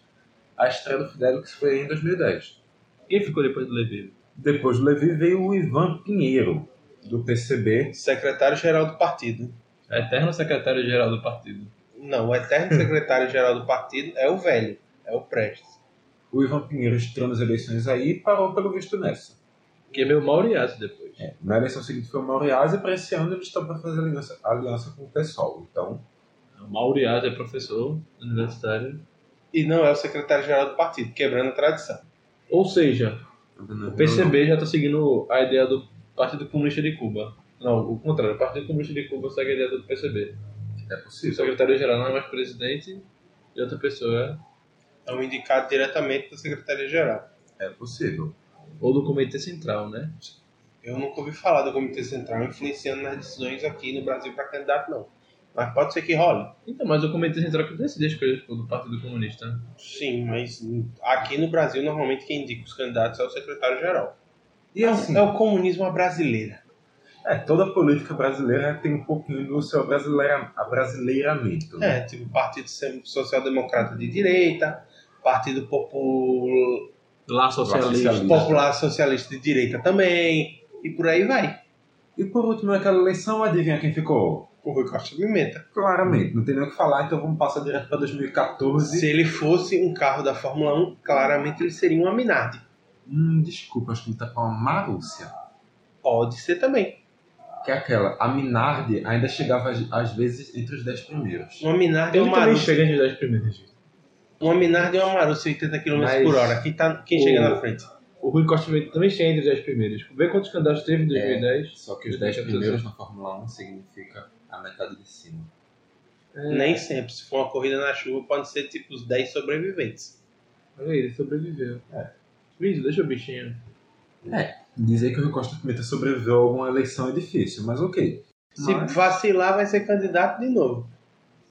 S3: a estreia do Fidelix foi em 2010.
S8: Quem ficou depois do Levi?
S3: Depois do Levi veio o Ivan Pinheiro, do PCB.
S1: Secretário-geral do partido.
S8: Eterno secretário-geral do partido.
S1: Não, o eterno secretário-geral do partido é o velho, é o Prestes.
S3: O Ivan Pinheiro estreou nas eleições aí e parou pelo visto nessa.
S8: Que veio o Mauriaço depois.
S3: É, na eleição seguinte foi o Mauriás e para esse ano ele está para fazer aliança, aliança com o PSOL. Então,
S8: O Mauriaço é professor universitário.
S1: E não é o secretário-geral do partido, quebrando a tradição.
S8: Ou seja, o PCB já tá seguindo a ideia do Partido Comunista de Cuba. Não, o contrário. O Partido Comunista de Cuba segue a ideia do PCB.
S3: é
S8: O
S3: possível.
S8: secretário-geral não é mais presidente e outra pessoa é...
S1: É um indicado diretamente da secretaria-geral.
S3: É possível.
S8: Ou do Comitê Central, né?
S1: Eu nunca ouvi falar do Comitê Central influenciando nas decisões aqui no Brasil para candidato, não. Mas pode ser que role.
S8: Então, mas o Comitê Central que decide as coisas pô, do Partido Comunista. né?
S1: Sim, mas aqui no Brasil, normalmente quem indica os candidatos é o secretário-geral.
S3: E assim,
S1: É o comunismo à brasileira.
S3: É, toda política brasileira tem um pouquinho do seu brasileira, abrasileiramento. né?
S1: É, tipo Partido Social Democrata de Direita, Partido Popul-
S8: Lá socialista.
S3: Socialista.
S1: Popular Socialista de Direita também, e por aí vai.
S3: E por último, naquela eleição, adivinha quem ficou?
S1: O Rui Costa Pimenta.
S3: Claramente, não tem nem o que falar, então vamos passar direto para 2014.
S1: Se ele fosse um carro da Fórmula 1, claramente ele seria um uma Minardi.
S3: Hum, desculpa, acho que ele tá com a Marúcia.
S1: Pode ser também.
S3: Que é aquela, a Minardi ainda chegava às- às vezes entre os 10 primeiros.
S1: Uma Minardi é
S8: Ele
S1: uma
S8: também
S1: Marussia.
S8: chega entre as 10 primeiras. gente.
S1: Uma Minardi é uma Marussia 80 km
S3: Mas
S1: por hora. Quem, tá, quem chega
S8: o-
S1: na frente?
S8: O Rui Costa Pimenta também chega entre os 10 primeiros. Vê quantos candidatos
S2: É.
S8: teve em 2010.
S3: Só que os 10 primeiros na Fórmula 1 significa a metade de cima.
S8: é.
S1: Nem sempre. Se for uma corrida na chuva, pode ser tipo os 10 sobreviventes.
S8: Olha aí, ele sobreviveu. Vídeo, deixa o bichinho.
S3: Dizer que o Rui Costa Pimenta sobreviveu a alguma eleição é difícil, mas ok.
S1: Se
S3: Mas-
S1: vacilar, vai ser candidato de novo.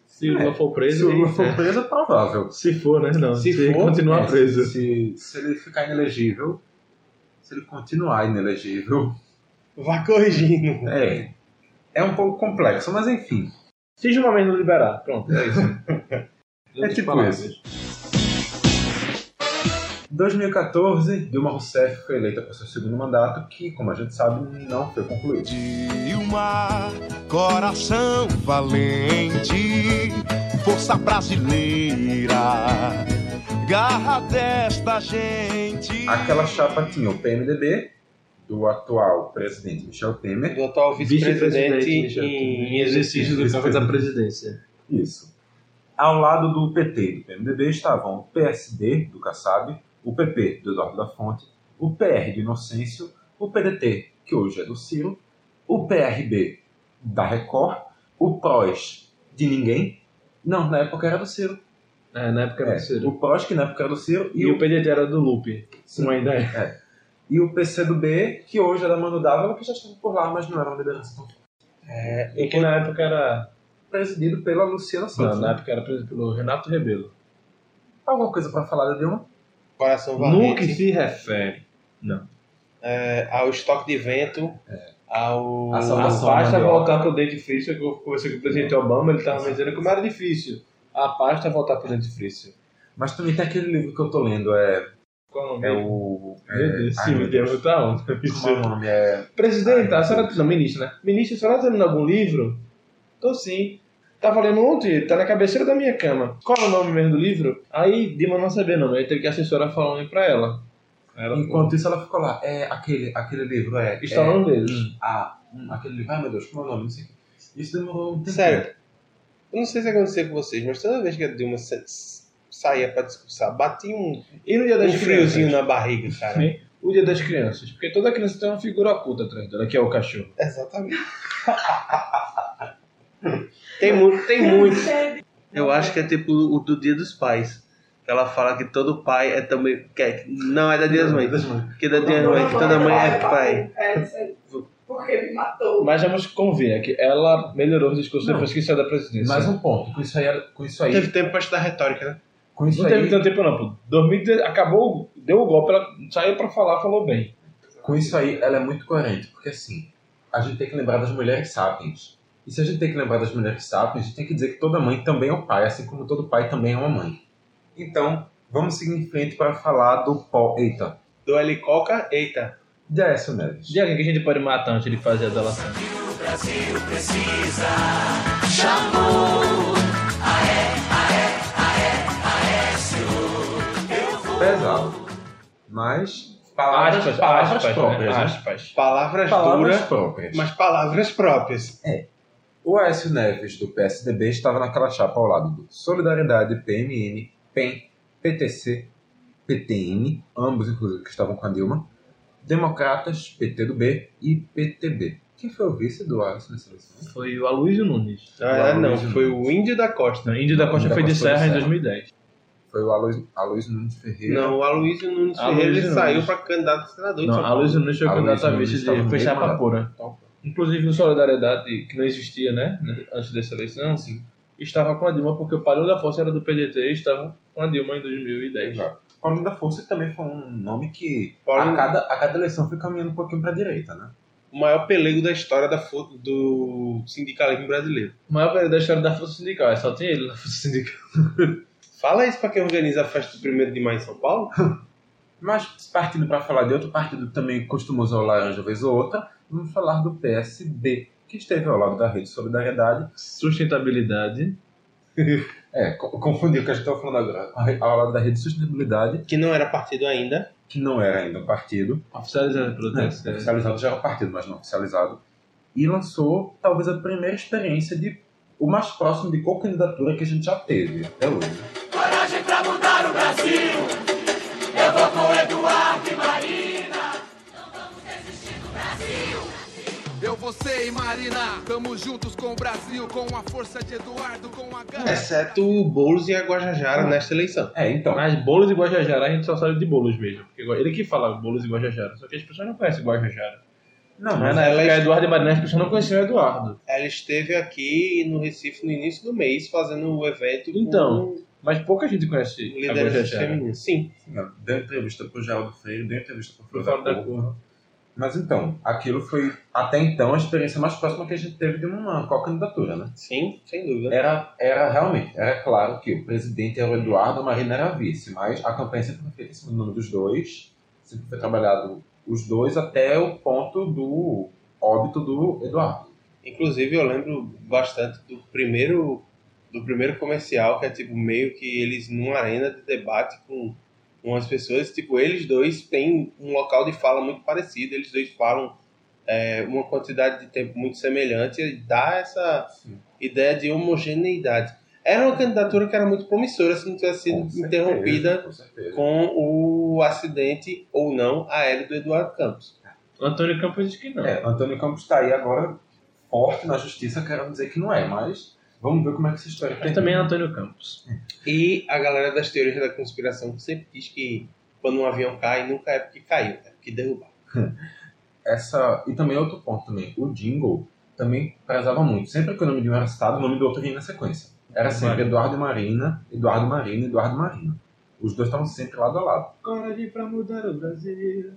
S8: Se o Lula for preso,
S3: Se o Lula
S8: ele-
S3: for preso, é provável.
S8: Se for, né? Não.
S1: Se
S8: Se, ele
S1: for,
S8: continuar
S3: É,
S8: preso.
S3: Se, se ele ficar inelegível, se ele continuar inelegível,
S1: Vá corrigindo.
S3: é, é um pouco complexo, mas enfim.
S8: Se Gilmar não liberar. Pronto, é isso.
S3: É tipo isso. 2014, Dilma Rousseff foi eleita para seu segundo mandato, que, como a gente sabe, não foi concluído.
S5: Dilma, coração valente, força brasileira, garra desta gente.
S3: Aquela chapa tinha o PMDB, do atual presidente Michel Temer,
S1: Do atual vice-presidente
S8: Michel Temer,
S1: em exercício do
S8: cargo da presidência.
S3: Isso. Ao lado do PT e do PMDB estavam o PSD, do Kassab, o PP, do Eduardo da Fonte, o PR, do Inocêncio, o PDT, que hoje é do Ciro, o PRB, da Record, o PROS, de ninguém. Não, na época era do Ciro.
S8: É, na época era
S3: É,
S8: do Ciro.
S3: o PROS, que na época era do Ciro, e,
S8: E o
S3: o,
S8: PDT era do Lupe.
S3: Sim.
S8: Uma ainda é.
S3: e o PCdoB, que hoje é da Manu Dávila, que já esteve por lá, mas não era uma liderança tão
S8: E que na época era.
S3: Presidido pela Luciana Santos.
S8: Não, é. na época era preso pelo Renato Rebelo.
S3: Alguma coisa pra falar da Dilma?
S1: Coração
S8: No que
S1: Valente,
S8: se refere
S1: é, ao Estoque de Vento, ao...
S3: A
S8: É. a
S3: salvação
S8: pasta
S3: mandioca.
S8: voltar pro dente frício, que eu conversei com o presidente Obama, ele tava me dizendo como era difícil. A pasta voltar pro dente frício.
S3: Mas também tem aquele livro que eu tô lendo, é,
S8: Qual o nome?
S3: é o. É,
S8: Meu Deus, Tá
S3: ai,
S8: sim,
S3: meu
S8: me deu muita onda.
S3: Como é o nome? É,
S8: Presidenta, a senhora não, ministra, né? Ministra, a senhora tá lendo algum livro? Tô sim. Tava lendo ontem, tá na cabeceira da minha cama. Qual é o nome mesmo do livro? Aí Dima não sabia o nome, aí teve que a assessora falar o nome pra ela. Aí ela falou,
S3: enquanto isso ela ficou lá. É aquele, aquele livro, é.
S8: Está
S3: é,
S8: no deles.
S3: Ah, hum, aquele livro. Ai meu Deus, como é o nome? Não sei o quê. Isso demorou um tempo.
S1: Sério, eu não sei se aconteceu com vocês, mas toda vez que a Dilma sa- saía pra discursar, batia um,
S8: E no dia das
S1: um
S8: crianças?
S3: né?
S1: friozinho na barriga, cara.
S8: Sim. O dia das crianças. Porque toda criança tem uma figura oculta atrás dela, que é o cachorro.
S1: Exatamente. tem muito, tem muito. Eu acho que é tipo o do Dia dos Pais. Ela fala que todo pai é também. que é- não, é da Dia das Mães. Que é da Dia das Mães, que toda mãe é pai.
S9: É, isso aí. Porque me matou.
S8: Mas vamos convir é que ela melhorou os discursos
S3: Não.
S8: depois que saiu da presidência.
S3: Mais um ponto. Com isso aí, era- com isso aí,
S1: Teve tempo pra estudar retórica, né?
S3: com isso
S8: não teve
S3: aí,
S8: tanto tempo não, pô. 2010 acabou, deu o golpe, ela saiu pra falar, falou bem.
S3: com isso aí, ela é muito coerente, porque assim, a gente tem que lembrar das mulheres sapiens. E se a gente tem que lembrar das mulheres sapiens, a gente tem que dizer que toda mãe também é um pai, assim como todo pai também é uma mãe. Então, vamos seguir em frente para falar do pó. Eita,
S1: Do Helicoca, eita.
S3: Décio Neves.
S8: De alguém que a gente pode matar antes de fazer a delação.
S3: pesado. Mas palavras,
S8: Aspas,
S3: palavras
S8: aspas,
S3: próprias.
S8: né?
S3: né?
S8: aspas.
S1: Palavras,
S3: Palavras
S1: duras,
S3: próprias.
S1: mas palavras próprias.
S3: O Aécio Neves, do PSDB, estava naquela chapa ao lado do Solidariedade, PMN, PEN, PTC, PTN, ambos, inclusive, que estavam com a Dilma, Democratas, PT do B e PTB. Quem foi o vice do Aécio nessa eleição?
S8: Foi o Aloysio Nunes.
S3: Ah,
S1: Na verdade, Ah, não,
S3: Valoriza
S1: foi o Índio da Costa.
S8: Não, Índio da Costa
S3: é, Índio
S8: foi
S3: da
S8: de
S3: Costa foi de
S8: Serra em
S3: Serra.
S8: 2010.
S3: Foi o Aloysio, Aloysio Nunes Ferreira.
S1: Não, o Aloysio Nunes
S8: Aloysio
S1: Ferreira ele
S8: Nunes.
S1: saiu pra candidato a senador.
S8: Não, Aloysio Nunes foi
S3: Aloysio
S8: candidato a
S3: Nunes
S8: vice
S3: estava
S8: de
S3: no
S8: foi
S3: meio do
S8: chapa
S3: mandato.
S8: pura. Inclusive o Solidariedade, que não existia, né? né, Antes dessa eleição, estava com a Dilma, porque o Palhão da Força era do PDT e estava com a Dilma em 2010.
S3: Exato. Paulinho da Força também foi um nome que
S1: Paulinho-
S3: a, cada, a cada eleição foi caminhando um pouquinho para a direita, né?
S1: o maior pelego da história da fo- do sindicalismo brasileiro.
S8: O maior período da história da Força Sindical, é só tem ele na Força Sindical.
S1: Fala isso pra quem organiza a festa do 1 de maio em São Paulo.
S3: Mas partindo para falar de outro partido que também costuma usar o laranja vez ou outra, vamos falar do PSD, que esteve ao lado da Rede Solidariedade.
S8: Sustentabilidade.
S3: É, co- confundi o que a gente estava falando agora. com a re- Ao lado da Rede Sustentabilidade,
S1: Que não era partido ainda.
S3: que não era ainda um partido,
S8: Oficializada pelo
S3: né,
S8: TSE.
S3: oficializado já era um partido, mas não oficializado, e lançou talvez a primeira experiência de o mais próximo de qual candidatura que a gente já teve até hoje.
S10: Eu, você e Marina, estamos juntos com o Brasil, com a força de Eduardo, com a garra.
S1: Exceto o Boulos e a Guajajara nesta eleição.
S3: É, então.
S8: Mas Boulos e Guajajara, a gente só sabe de Boulos mesmo. Porque ele que fala Boulos e Guajajara, só que as pessoas não conhecem Guajajara.
S3: Não, é
S8: Mas
S3: mas
S8: na época,
S1: ela-
S8: Eduardo e Marina, as pessoas não conheciam o Eduardo.
S1: Ela esteve aqui no Recife no início do mês fazendo o evento
S8: Então,
S1: com
S8: Mas pouca gente conhece a
S1: lideranças
S8: Guajajara.
S1: femininas. Sim.
S3: Não, deu entrevista pro Geraldo Freire, deu entrevista pro
S8: Por
S3: Flor
S8: fora
S3: da
S8: da
S3: Cor.
S8: curva.
S3: Mas então, aquilo foi até então a experiência mais próxima que a gente teve de uma qual candidatura, né?
S1: Sim, sem dúvida.
S3: Era, era realmente, era claro que o presidente era o Eduardo, a Marina era a vice, mas a campanha sempre foi feita em cima do nome dos dois, sempre foi trabalhado os dois até o ponto do óbito do Eduardo.
S1: Inclusive, eu lembro bastante do primeiro do primeiro comercial, que é tipo meio que eles numa arena de debate com umas pessoas, tipo, eles dois têm um local de fala muito parecido, eles dois falam é, uma quantidade de tempo muito semelhante e dá essa ideia de homogeneidade. Era uma candidatura que era muito promissora se não tivesse sido
S3: Com certeza,
S1: interrompida
S3: com certeza.
S1: com o acidente ou não aéreo do Eduardo Campos.
S8: Antônio Campos diz que não.
S3: É, Antônio Campos está aí agora forte na justiça, quero dizer que não é, mas vamos ver como é que essa história
S8: Mas também é Antônio Campos.
S1: E a galera das teorias da conspiração que sempre diz que quando um avião cai, nunca é porque caiu, é porque derrubaram.
S3: essa e também outro ponto também o jingle também prezava muito. Sempre que o nome de um era citado, o nome do outro vinha na sequência. Era sempre Eduardo e Marina, Eduardo e Marina, Eduardo e Marina. Os dois estavam sempre lado a lado.
S8: Coragem pra mudar o Brasil.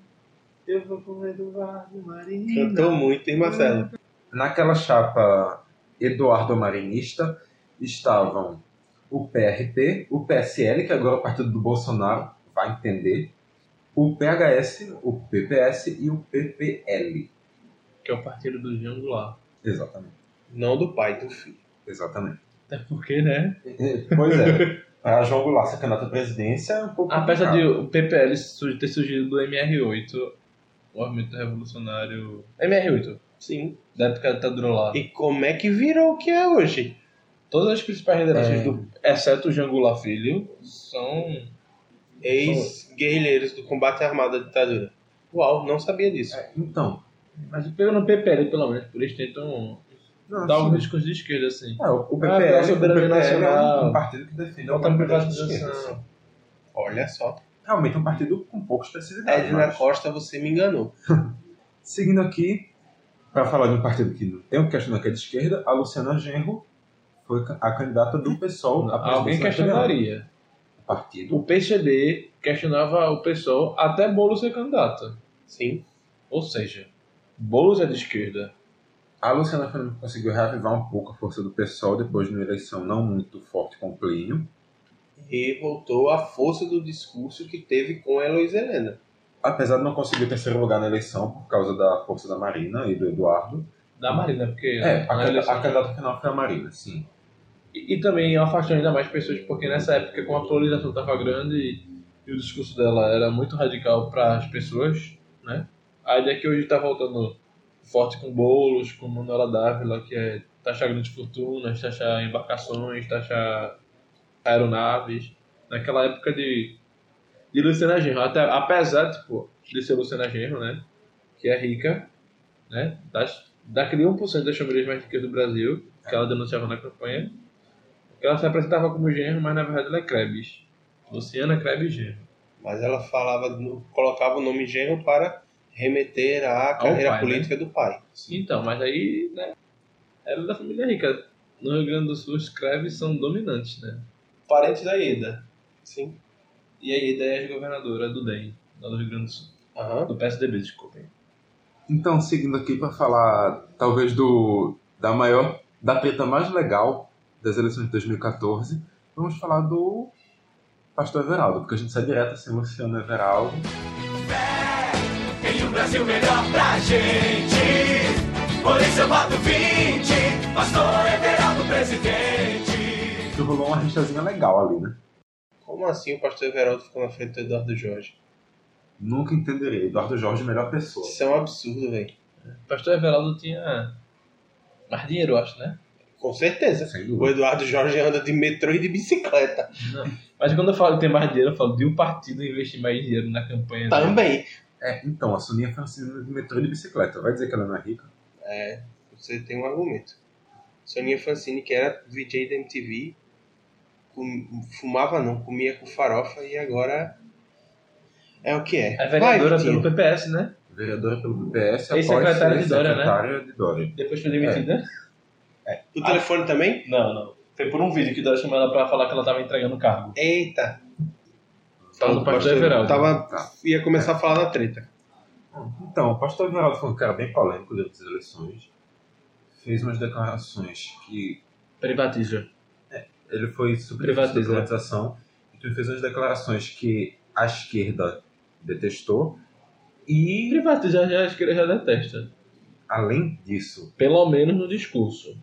S8: Eu vou com Eduardo Marinho.
S1: Cantou muito, hein, Marcelo?
S3: Naquela chapa Eduardo Marinista estavam o PRP, o PSL, que agora é o partido do Bolsonaro, vai entender, o PHS, o PPS e o PPL.
S8: Que é o partido do Jango lá.
S3: Exatamente.
S1: Não do pai, do filho.
S3: Exatamente.
S8: Até porque, né?
S3: Pois é. A João Goulart ser candidato à presidência é um pouco.
S8: Apesar de
S3: complicado.
S8: o PPL su- ter surgido do MR8, o movimento revolucionário. MR8,
S1: Sim.
S8: da época da ditadura lá.
S1: E como é que virou o que é hoje?
S8: Todas as principais lideranças,
S3: É.
S8: do, exceto o Jangula Filho, são.
S1: Ex-guerrilheiros do combate armado à ditadura. Uau, não sabia disso.
S3: É, Então.
S8: Mas pelo no PPL, pelo menos, por eles tentam
S3: Não,
S8: dar um
S3: sim.
S8: discurso de esquerda, assim.
S3: É, o o
S8: Ah,
S3: PPL,
S8: pela
S3: o
S8: soberania
S3: PPL é
S8: nacional.
S3: um partido que defende
S8: Voltar
S3: a
S8: pra
S3: privatização.
S8: privatização.
S3: assim.
S1: Olha só.
S3: Realmente é um partido com poucos
S8: É
S3: especialidades.
S1: Edna Costa, você me enganou.
S3: Seguindo aqui, para falar de um partido que não tem um questionar que é de esquerda, a Luciana Genro foi ca- a candidata do PSOL à presidência
S8: Alguém
S3: da Federal.
S8: questionaria.
S3: O partido.
S8: O PCB questionava o pessoal até Boulos ser candidato.
S1: Sim.
S8: Ou seja, Boulos é de esquerda.
S3: A Luciana Fernandes conseguiu reavivar um pouco a força do PSOL depois de uma eleição não muito forte com o Plínio.
S1: E voltou à força do discurso que teve com a Heloísa Helena.
S3: Apesar de não conseguir o terceiro lugar na eleição por causa da força da Marina e do Eduardo.
S8: Da Marina, né? porque.
S3: É, a,
S8: na
S3: candidata-
S8: eleição-
S3: a candidata final foi a Marina, sim.
S8: E, e também afastou ainda mais pessoas, porque nessa época, com a polarização estava grande e, e o discurso dela era muito radical para as pessoas, né? A ideia é que hoje está voltando forte com Boulos, com Manuela Dávila, que é taxar grandes fortunas, taxar embarcações, taxar aeronaves. Naquela época de, de Luciana Genro, até, apesar tipo, de ser Luciana Genro, né? Que é rica, né? Das, daquele 1% das famílias mais ricas do Brasil, que ela denunciava na campanha. Ela se apresentava como genro, mas na verdade ela é Krebs. Luciana Krebs Genro.
S1: Mas ela falava, colocava o nome genro para remeter à carreira
S8: pai, né?
S1: política do pai.
S8: Então, mas aí, né? Ela é da família rica. No Rio Grande do Sul, os Krebs são dominantes, né?
S1: Parente da Ida. Sim.
S8: E a ideia é governadora do DEM, lá do Rio Grande do Sul.
S1: Aham.
S8: Do PSDB, desculpem.
S3: Então, seguindo aqui para falar, talvez, do da maior, da treta mais legal das eleições de 2014, vamos falar do Pastor Everaldo, porque a gente sai direto assim, Luciano Everaldo.
S5: Tem um Brasil melhor pra gente. Por isso eu boto 20. Pastor Everaldo, presidente.
S3: Que rolou uma richazinha legal ali, né?
S1: Como assim o pastor Everaldo ficou na frente do Eduardo Jorge?
S3: Nunca entenderei. Eduardo Jorge, melhor pessoa.
S1: Isso é um absurdo, velho.
S8: O pastor Everaldo tinha mais dinheiro, eu acho, né?
S1: Com certeza.
S3: Sem
S1: O
S3: dúvida.
S1: Eduardo Jorge anda de metrô e de bicicleta.
S8: Mas quando eu falo que tem mais dinheiro, eu falo de um partido investir mais dinheiro na campanha. né? dele.
S1: Também.
S3: É, então, a Soninha Francina de metrô e de bicicleta. Vai dizer que ela não é rica?
S1: Você tem um argumento. Soninha Francine, que era VJ da MTV, com- fumava não, comia com farofa e agora é o que é.
S8: É vereadora
S1: Vai,
S8: pelo
S1: Vitinho.
S8: PPS, né?
S3: Vereadora pelo PPS, após
S8: Ex-secretária
S3: ser
S8: de Dória, né?
S3: é secretária de Dória.
S8: Depois foi demitida.
S1: O telefone também?
S8: É. Não, não. Foi por um vídeo que Dora chamou ela pra falar que ela tava entregando o cargo.
S1: Eita.
S8: Falando do pastor Everaldo.
S1: Tava,
S3: Tá.
S1: ia começar a falar da treta.
S3: Então, o pastor Everaldo foi um cara bem polêmico durante as eleições. Fez umas declarações que
S8: Privatiza.
S3: ele foi super
S8: Privatiza.
S3: da privatização. Então, ele fez umas declarações que a esquerda detestou. E,
S8: Privatiza já a esquerda já detesta.
S3: além disso,
S8: Pelo menos no discurso.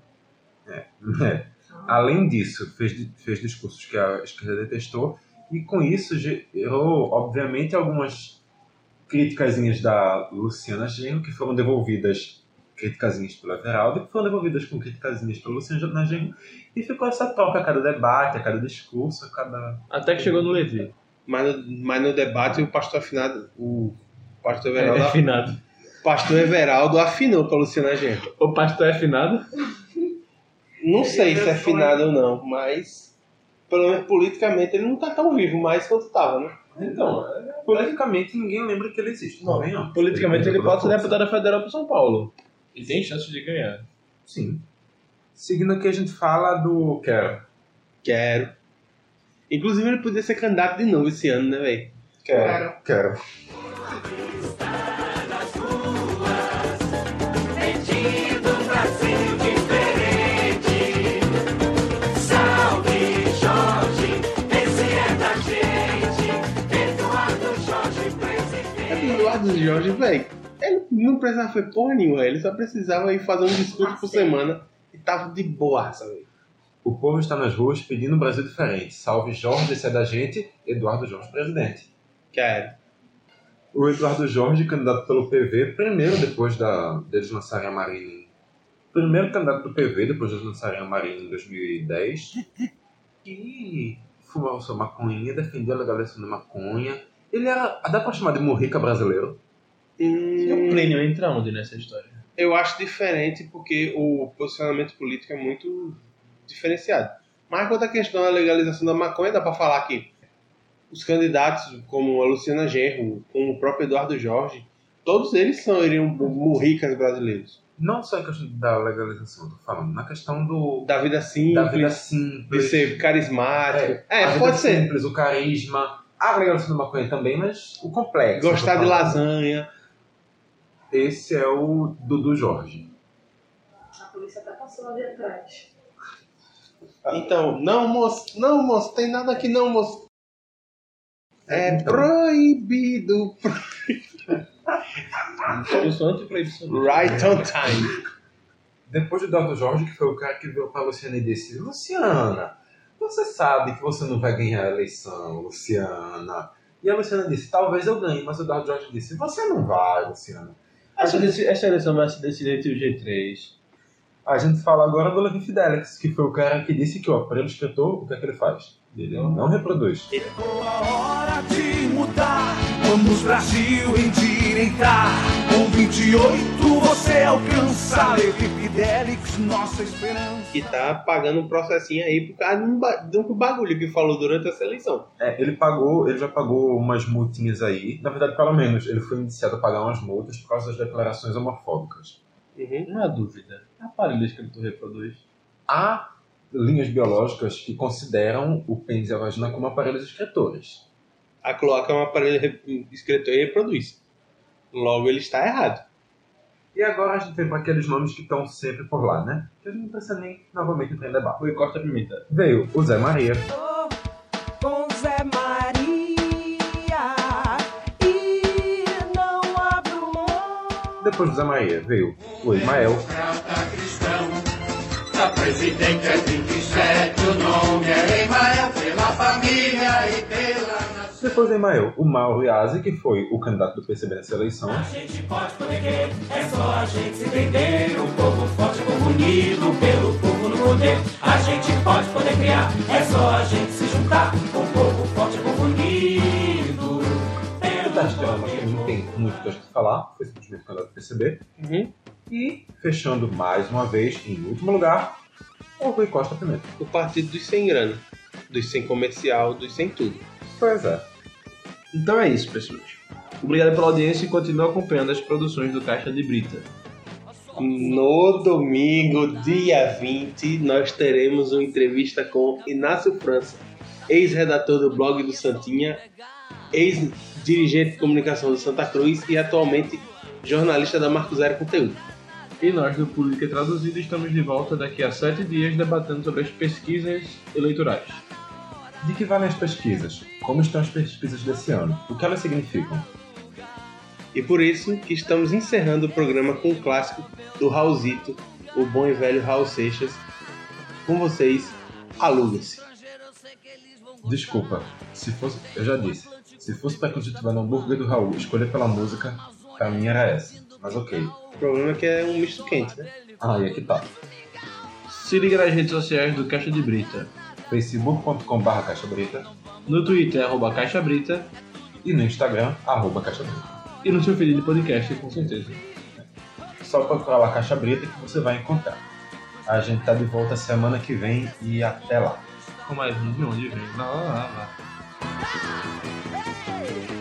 S3: né, além disso, fez, di- fez discursos que a esquerda detestou. E, com isso, gerou, obviamente, algumas criticazinhas da Luciana Genro, que foram devolvidas criticazinhas pelo Everaldo, que foram devolvidas com criticazinhas pela Luciana Genro. E ficou essa troca a cada debate, a cada discurso, a cada...
S8: Até que chegou no Levi.
S1: Mas, no- mas no debate o pastor afinado. O pastor
S8: É,
S1: Everaldo,
S8: finado.
S1: pastor Everaldo afinou com a Luciana Genro.
S8: O pastor é finado?
S1: Não sei se é finado ou não, mas pelo menos politicamente ele não tá tão vivo mais quanto tava, né?
S3: Então, é, politicamente ninguém lembra que ele existe. Não, não.
S8: Politicamente ele pode ser
S3: deputado.
S8: deputado federal pro São Paulo. E tem chance de ganhar.
S3: Sim. Seguindo aqui, a gente fala do. Quero.
S1: Quero. Inclusive, ele podia ser candidato de novo esse ano, né, velho?
S9: Quero.
S3: Quero.
S1: É do Eduardo Jorge, velho. Ele não precisava fazer porra nenhuma, ele só precisava ir fazer um discurso por semana e tava de boaça, velho.
S3: O povo está nas ruas pedindo um Brasil diferente. Salve Jorge, esse é da gente. Eduardo Jorge, presidente.
S1: Quero.
S3: O Eduardo Jorge, candidato pelo PV, primeiro depois da, deles lançarem a Marina. Primeiro candidato do PV, depois deles lançarem a Marina em 2010. E fumava sua maconhinha, defendia a legalização da maconha. Ele era. Dá pra chamar de morrica brasileiro?
S8: E o
S1: Hum,
S8: Plínio entra onde nessa história?
S1: eu acho diferente porque o posicionamento político é muito diferenciado. Mas quanto à questão da legalização da maconha, dá pra falar que os candidatos, como a Luciana Genro, como o próprio Eduardo Jorge, todos eles são iriam morricas brasileiros.
S3: Não só em questão da legalização, eu tô falando, na questão do.
S1: Da vida
S3: da vida
S1: simples, de
S3: simples.
S1: ser carismático. É,
S3: a vida
S1: pode ser.
S3: simples, o carisma. A legalização da maconha também, mas o complexo.
S1: Gostar
S3: eu tô
S1: de
S3: falando.
S1: lasanha.
S3: Esse é o Dudu Jorge.
S9: A polícia tá passando ali atrás.
S1: Então, não, moço, não, moço, tem nada aqui não, moço. É
S3: Então.
S1: proibido.
S8: Eu sou anti-proibição.
S1: Right on time.
S3: Depois do Eduardo Jorge, que foi o cara que veio pra Luciana e disse: Luciana, você sabe que você não vai ganhar a eleição, Luciana. E a Luciana disse: Talvez eu ganhe, mas o Eduardo Jorge disse: Você não vai, Luciana.
S8: Essa, deci- essa eleição vai se decidir entre o G3.
S3: A gente fala agora do Levi Fidelix, que foi o cara que disse que ó, para ele escritor, o que é que ele faz? Ele não reproduz.
S5: Chegou a hora de mudar. Vamos, Brasil, endireitar. Com 28 você alcança. Levi Fidelix, nossa esperança.
S1: Que tá pagando um processinho aí por causa de um, ba- de um bagulho que falou durante essa eleição.
S3: É, ele pagou, ele já pagou umas multinhas aí. Na verdade, pelo menos, ele foi indiciado a pagar umas multas por causa das declarações homofóbicas.
S1: Uhum.
S8: Uma dúvida. Aparelhos que ele reproduz.
S3: Há linhas biológicas que consideram o pênis e a vagina como aparelhos escritores.
S1: A cloaca é um aparelho re- escritor e reproduz. Logo, ele está errado.
S3: E agora a gente vem para aqueles nomes que estão sempre por lá, né? Que a gente não precisa nem novamente entrar em debate.
S8: Rui Costa Pimenta.
S3: Veio o Zé Maria,
S5: com Zé Maria e não abro mão.
S3: depois do Zé Maria veio o Ismael,
S5: Da presidente é 27, o nome é Emael, pela família e pela nação.
S3: depois do Ismael, o Mauro Iazzi, que foi o candidato do PCB nessa eleição.
S8: É um
S3: O Tarso de Lamas, Então, que não tem muito o que a gente falar, foi simplesmente candidato do PCB.
S1: Uhum.
S3: E, fechando mais uma vez, em último lugar, o Rui Costa Pimenta.
S1: O partido dos sem grana. Dos sem comercial, dos sem tudo.
S3: Pois é.
S8: Então é isso, pessoal. Obrigado pela audiência e continue acompanhando as produções do Caixa de Brita.
S1: No domingo, dia 20, nós teremos uma entrevista com Inácio França, ex-redator do blog do Santinha, ex-dirigente de comunicação do Santa Cruz e atualmente jornalista da Marco Zero Conteúdo.
S8: E nós do Público Traduzido estamos de volta daqui a sete dias debatendo sobre as pesquisas eleitorais.
S3: De que valem as pesquisas? Como estão as pesquisas desse ano? O que elas significam?
S1: E por isso que estamos encerrando o programa com o clássico do Raulzito, o bom e velho Raul Seixas. Com vocês, aluga-se.
S3: Desculpa, se fosse. Eu já disse. Se fosse pra constituir no hambúrguer do Raul, escolher pela música, pra mim era essa. Mas ok.
S1: O problema é que é um misto quente, né?
S3: Aí é que tá.
S8: Se liga nas redes sociais do Caixa de Brita.
S3: facebook.com.br caixabrita
S8: No Twitter, arroba Caixa Brita.
S3: e no Instagram, arroba caixabrita.
S8: E no seu feed de podcast, com certeza.
S3: Só procurar lá Caixa Brita que você vai encontrar. A gente tá de volta semana que vem e até lá.
S8: Com mais um de onde vem. Lá, lá, lá, lá.
S4: Ei, é Tá